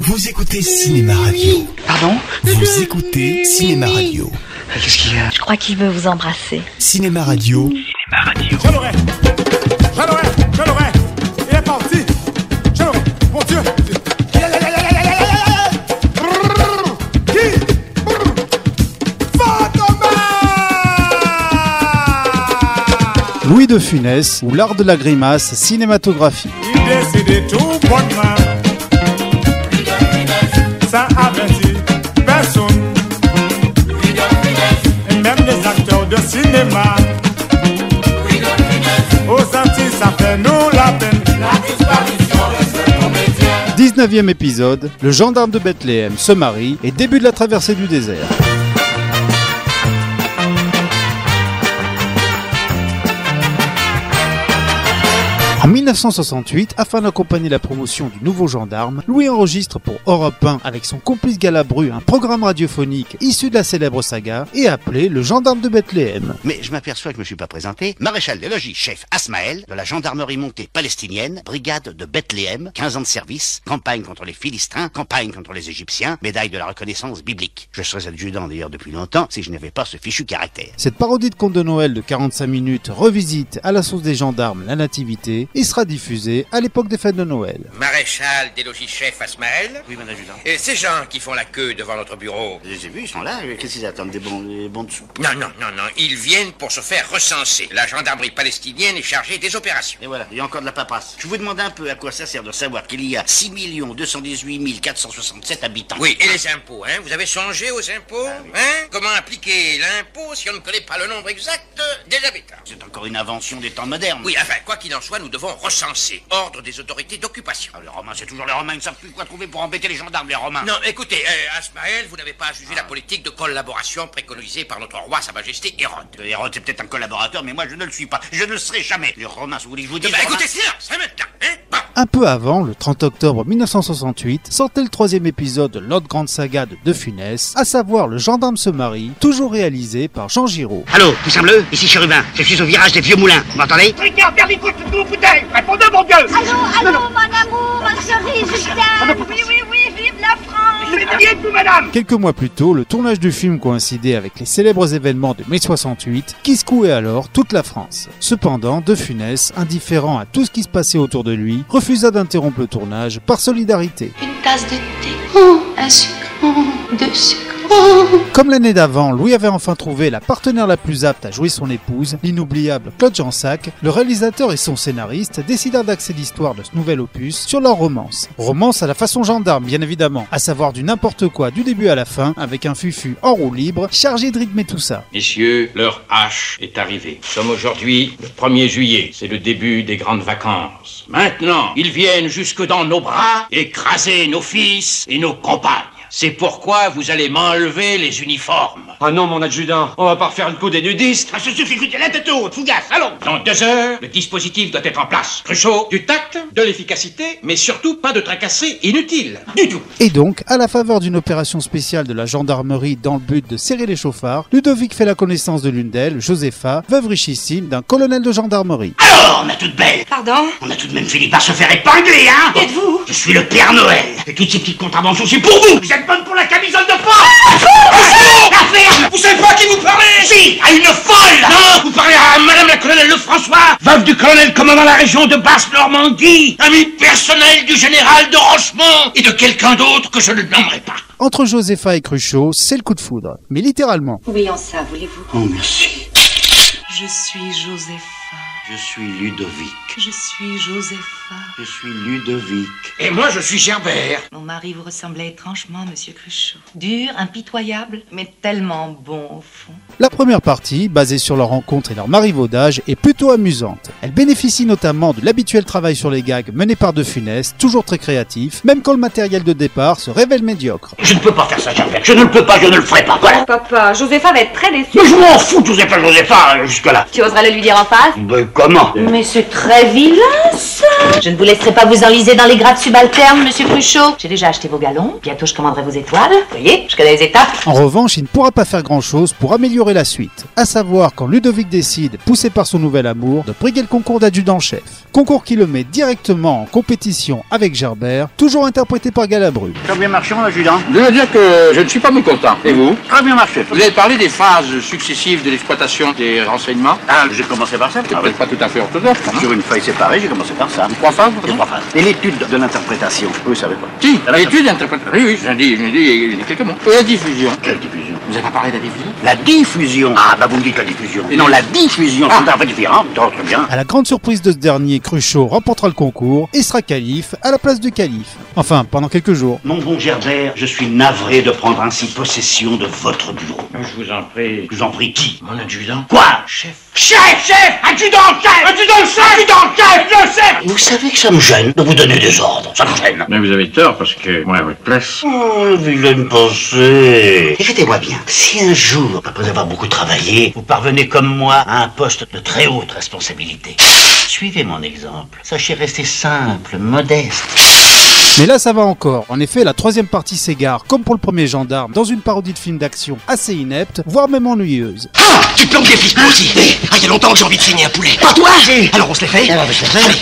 Vous écoutez Cinéma Radio. Pardon Vous écoutez Cinéma Radio. Qu'est-ce qu'il y a Je crois qu'il veut vous embrasser. Cinéma Radio. Je l'aurai Je l'aurai Je l'aurai Il est parti Je l'aurai Mon Dieu Qui Fantomas Louis de Funès ou l'art de la grimace cinématographie. Il décide tout bonnement Sans avertir personne Et même les acteurs de cinéma Aux Antilles ça fait nous la peine 19e épisode, le gendarme de Bethléem se marie et début de la traversée du désert. En 1968, afin d'accompagner la promotion du nouveau gendarme, Louis enregistre pour Europe 1 avec son complice Galabru un programme radiophonique issu de la célèbre saga et appelé Le Gendarme de Bethléem. Mais je m'aperçois que je me suis pas présenté. Maréchal des logis, chef Asmaël, de la gendarmerie montée palestinienne, brigade de Bethléem, 15 ans de service, campagne contre les Philistins, campagne contre les Égyptiens, médaille de la reconnaissance biblique. Je serais adjudant d'ailleurs depuis longtemps si je n'avais pas ce fichu caractère. Cette parodie de conte de Noël de 45 minutes revisite à la sauce des gendarmes la nativité et sera diffusée à l'époque des fêtes de Noël. Maréchal des logis chefs Asmaël. Oui, mon adjudant. Et ces gens qui font la queue devant notre bureau. Je les ai vus, ils sont là. Qu'est-ce qu'ils attendent Des bons, des bons dessous Non, non, non, non. Ils viennent pour se faire recenser. La gendarmerie palestinienne est chargée des opérations. Et voilà, il y a encore de la paperasse. Je vous demande un peu à quoi ça sert de savoir qu'il y a 6 218 467 habitants. Oui, et les impôts, hein Vous avez songé aux impôts Hein Comment appliquer l'impôt si on ne connaît pas le nombre exact des habitants C'est encore une invention des temps modernes. Oui, enfin, quoi qu'il en soit, nous devons recenser. Ordre des autorités d'occupation. Ah, les Romains, c'est toujours les Romains, ils ne savent plus quoi trouver pour embêter les gendarmes, les Romains. Non, écoutez, euh, Asmaël, vous n'avez pas à juger la politique de collaboration préconisée par notre roi, Sa Majesté Hérode. Euh, Hérode, c'est peut-être un collaborateur, mais moi je ne le suis pas. Je ne le serai jamais. Les Romains, si vous voulez que je vous Eh dise. ben, les écoutez, silence, hein, maintenant, hein Bon. Un peu avant, le 30 octobre 1968, sortait le troisième épisode de l'autre grande saga de De Funès, à savoir Le Gendarme se marie, toujours réalisé par Jean Giraud. Allô, Poussin Bleu, ici Chérubin. Je suis au virage des Vieux Moulins. Vous m'entendez Allô, allô, mon amour, ma chérie, je Ah, t'aime. Oui, oui, oui, vive la France. Quelques mois plus tôt, le tournage du film coïncidait avec les célèbres événements de mai 68 qui secouaient alors toute la France. Cependant, De Funès, indifférent à tout ce qui se passait autour de lui, refusa d'interrompre le tournage par solidarité. Une tasse de thé. Oh, un sucre. Oh, deux sucres. Oh. Comme l'année d'avant, Louis avait enfin trouvé la partenaire la plus apte à jouer son épouse, l'inoubliable Claude Jansac, le réalisateur et son scénariste décidèrent d'axer l'histoire de ce nouvel opus sur leur romance. Romance à la façon gendarme, bien évidemment, à savoir du n'importe quoi du début à la fin, avec un fufu en roue libre, chargé de rythmer tout ça. Messieurs, l'heure H est arrivée. Nous sommes aujourd'hui le 1er juillet. C'est le début des grandes vacances. Maintenant, ils viennent jusque dans nos bras écraser nos fils et nos compagnes. C'est pourquoi vous allez m'enlever les uniformes. Ah, Ah non, mon adjudant, on va pas refaire le coup des nudistes. Ça suffit, foutez la tête haute, fougasse, allons Dans deux heures, le dispositif doit être en place. Cruchot, du tact, de l'efficacité, mais surtout pas de tracassés inutiles. Du tout Et donc, à la faveur d'une opération spéciale de la gendarmerie dans le but de serrer les chauffards, Ludovic fait la connaissance de l'une d'elles, Josepha, veuve richissime d'un colonel de gendarmerie. Alors, on a toute belle. Pardon On a tout de même fini par se faire épingler, hein Qui êtes-vous Je suis le Père Noël. Et toutes ces petites contraventions, c'est pour vous. Vous êtes bonne pour la camisole de porc. Ah, la ferme. Vous savez pas à qui vous parlez Si, à une folle. Non, vous parlez à Madame la colonelle Lefrançois, veuve du colonel commandant la région de Basse-Normandie, ami personnel du général de Rochemont et de quelqu'un d'autre que je ne nommerai pas. Entre Josepha et Cruchot, c'est le coup de foudre. Mais littéralement. Oui, en ça, voulez-vous Oh, merci. Je suis Josepha. Je suis Ludovic. Je suis Josepha. Je suis Ludovic. Et moi, je suis Gerbert. Mon mari vous ressemblait étrangement, monsieur Cruchot. Dur, impitoyable, mais tellement bon au fond. La première partie, basée sur leur rencontre et leur marivaudage, est plutôt amusante. Elle bénéficie notamment de l'habituel travail sur les gags mené par De Funès, toujours très créatif, même quand le matériel de départ se révèle médiocre. Je ne peux pas faire ça, Gerbert. Je ne le peux pas, je ne le ferai pas. Ah, Voilà. Papa, Josepha va être très déçue. Mais je m'en fous, Josepha, Josepha, euh, jusque-là. Tu oseras le lui dire en face Bah, comment Mais c'est très vilain, ça Je ne vous laisserai pas vous enliser dans les grades subalternes, monsieur Cruchot. J'ai déjà acheté vos galons, bientôt je commanderai vos étoiles. Voyez, je connais les étapes. En revanche, il ne pourra pas faire grand-chose pour améliorer la suite, à savoir quand Ludovic décide, poussé par son nouvel amour, de briguer le concours d'adjudant-chef. Concours qui le met directement en compétition avec Gerbert, toujours interprété par Galabru. Très bien marché, mon adjudant. Je veux dire que je ne suis pas mécontent. Et vous Très bien marché. Vous avez parlé des phases successives de l'exploitation des renseignements. Ah, j'ai commencé par ça. C'est peut-être pas tout à fait orthodoxe. hein Sur une feuille séparée, j'ai commencé par ça. Trois phases Les non trois phases. Et l'étude de l'interprétation, vous savez pas. Si, l'étude interprète. Oui, oui, j'en dis, j'en dis, j'en dis quelques mots. Et la diffusion. Quelle diffusion Vous n'avez pas parlé de la diffusion La diffusion Ah, bah vous me dites la diffusion. Et non, la diffusion, Ah. c'est un peu différent. Très bien. À la grande surprise de ce dernier, Cruchot remportera le concours et sera calife à la place du calife. Enfin, pendant quelques jours. Mon bon Gerbert, je suis navré de prendre ainsi possession de votre bureau. Je vous en prie. Je vous en prie, qui Mon adjudant. Quoi Chef. Chef, chef Adjudant, chef Adjudant, chef Adjudant, chef Adjudant, chef Vous savez que ça me gêne de vous donner des ordres. Ça me gêne. Mais vous avez tort parce que moi, à votre place. Oh, vilaine pensée. Écoutez-moi bien. Si un jour, après avoir beaucoup travaillé, vous parvenez comme moi à un poste de très haute responsabilité, suivez mon exemple. Sachez rester simple, modeste. Mais là, ça va encore. En effet, la troisième partie s'égare, comme pour le premier gendarme, dans une parodie de film d'action assez inepte, voire même ennuyeuse. Ah Tu plantes des pistes aussi. Ah, il y a longtemps que j'ai envie de signer un poulet. Pas toi Ah, Alors on se les fait Alors,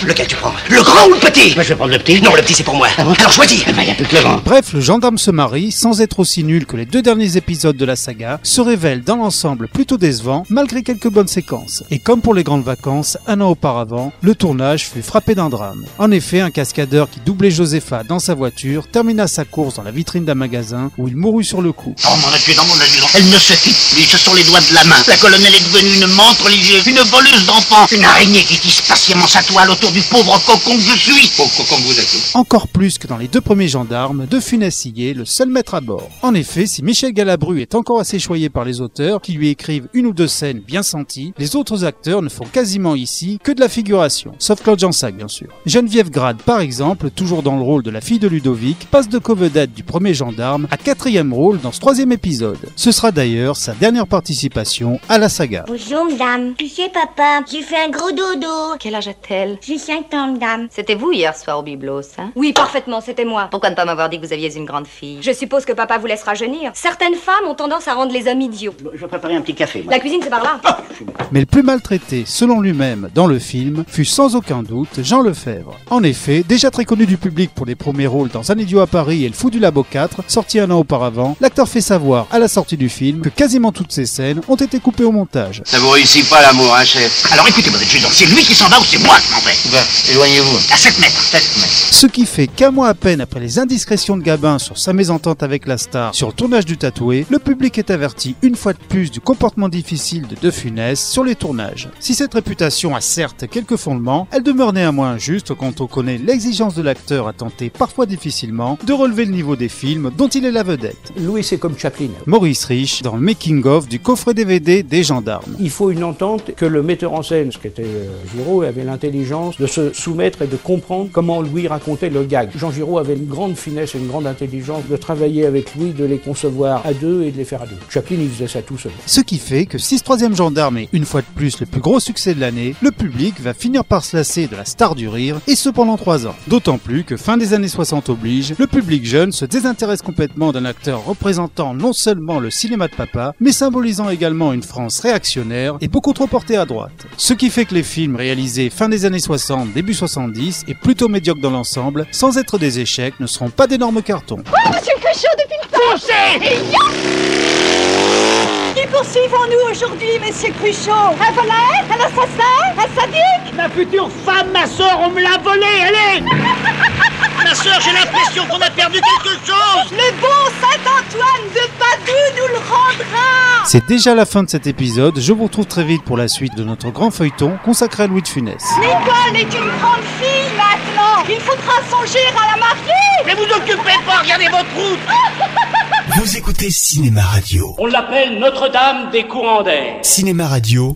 lequel tu prends Le grand ou le petit Je vais prendre le petit. Ah Non, le petit c'est pour moi. Alors choisis. bah, Il y a plus que le grand. Bref, le gendarme se marie, sans être aussi nul que les deux derniers épisodes de la saga, se révèle dans l'ensemble plutôt décevant, malgré quelques bonnes séquences. Et comme pour les grandes vacances, un an auparavant, le tournage fut frappé d'un drame. En effet, un cascadeur qui doublait Josepha dans sa voiture termina sa course dans la vitrine d'un magasin où il mourut sur le coup. Oh mon adjudant, mon adjudant, elle ne se quitte plus, ce sont les doigts de la main. La colonelle est devenue une menthe religieuse, une voleuse d'enfants, une araignée qui tisse patiemment sa toile autour du pauvre cocon que je suis. Comme vous êtes. Encore plus que dans les deux premiers gendarmes, de Funès y est le seul maître à bord. En effet, si Michel Galabru est encore assez choyé par les auteurs qui lui écrivent une ou deux scènes bien senties, les autres acteurs ne font quasiment ici que de la figuration, sauf Claude Jansac bien sûr. Geneviève Grade par exemple, toujours dans le rôle de la fille de Ludovic, passe de covedette du premier gendarme à quatrième rôle dans ce troisième épisode. Ce sera d'ailleurs sa dernière participation à la saga. Bonjour, madame. Tu sais, papa, j'ai fait un gros dodo. Quel âge a-t-elle J'ai 5 ans, madame. C'était vous hier soir au Biblos, hein Oui, parfaitement, c'était moi. Pourquoi ne pas m'avoir dit que vous aviez une grande fille Je suppose que papa vous laissera jeunir. Certaines femmes ont tendance à rendre les hommes idiots. Je vais préparer un petit café. La cuisine, c'est par là. Mais le plus maltraité, selon lui-même, dans le film, fut sans aucun doute Jean Lefebvre. En effet, déjà très connu du public pour les premiers rôles dans Un idiot à Paris et Le fou du labo 4, sorti un an auparavant, l'acteur fait savoir à la sortie du film que quasiment toutes ses scènes ont été coupées au montage. Ça vous réussit pas l'amour, hein, chef Alors écoutez-moi, adjudant, c'est lui qui s'en va ou c'est moi qui m'en vais Ben, éloignez-vous. À 7 mètres. Ce qui fait qu'un mois à peine après les indiscrétions de Gabin sur sa mésentente avec la star sur le tournage du tatoué, le public est averti une fois de plus du comportement difficile de De Funès sur les tournages. Si cette réputation a certes quelques fondements, elle demeure néanmoins injuste quand on connaît l'exigence de l'acteur à tenter parfois difficilement de relever le niveau des films dont il est la vedette. Louis, c'est comme Chaplin. Maurice Rich dans le making-of du coffret DVD des gendarmes. Il faut une entente que le metteur en scène, ce qui était euh, Giraud, avait l'intelligence de se soumettre et de comprendre comment Louis racontait le gag. Jean Giraud avait une grande finesse et une grande intelligence de travailler avec Louis, de les concevoir à deux et de les faire à deux. Chaplin, il faisait ça tout seul. Ce qui fait que si ce troisième gendarme est une fois de plus le plus gros succès de l'année, le public va finir par se lasser de la star du rire, et ce pendant trois ans. D'autant plus que fin des années 60 oblige, le public jeune se désintéresse complètement d'un acteur représentant non seulement le cinéma de papa, mais symbolisant également une France réactionnaire et beaucoup trop portée à droite. Ce qui fait que les films réalisés fin des années 60, début 70 et plutôt médiocres dans l'ensemble, sans être des échecs, ne seront pas d'énormes cartons. Monsieur Cruchot, depuis le temps Et poursuivons-nous aujourd'hui, Monsieur Cruchot Un voleur Un assassin Un sadique Ma future femme, ma soeur, on me l'a volée, allez Ma soeur, j'ai l'impression qu'on a perdu quelque chose Le bon Saint-Antoine de Padoue nous le rendra C'est déjà la fin de cet épisode, je vous retrouve très vite pour la suite de notre grand feuilleton consacré à Louis de Funès. Nicole est une grande fille maintenant Il faudra songer à la Ne marier vous occupez pas, regardez votre route Vous écoutez Cinéma Radio. On l'appelle Notre-Dame des courants d'air. Cinéma Radio.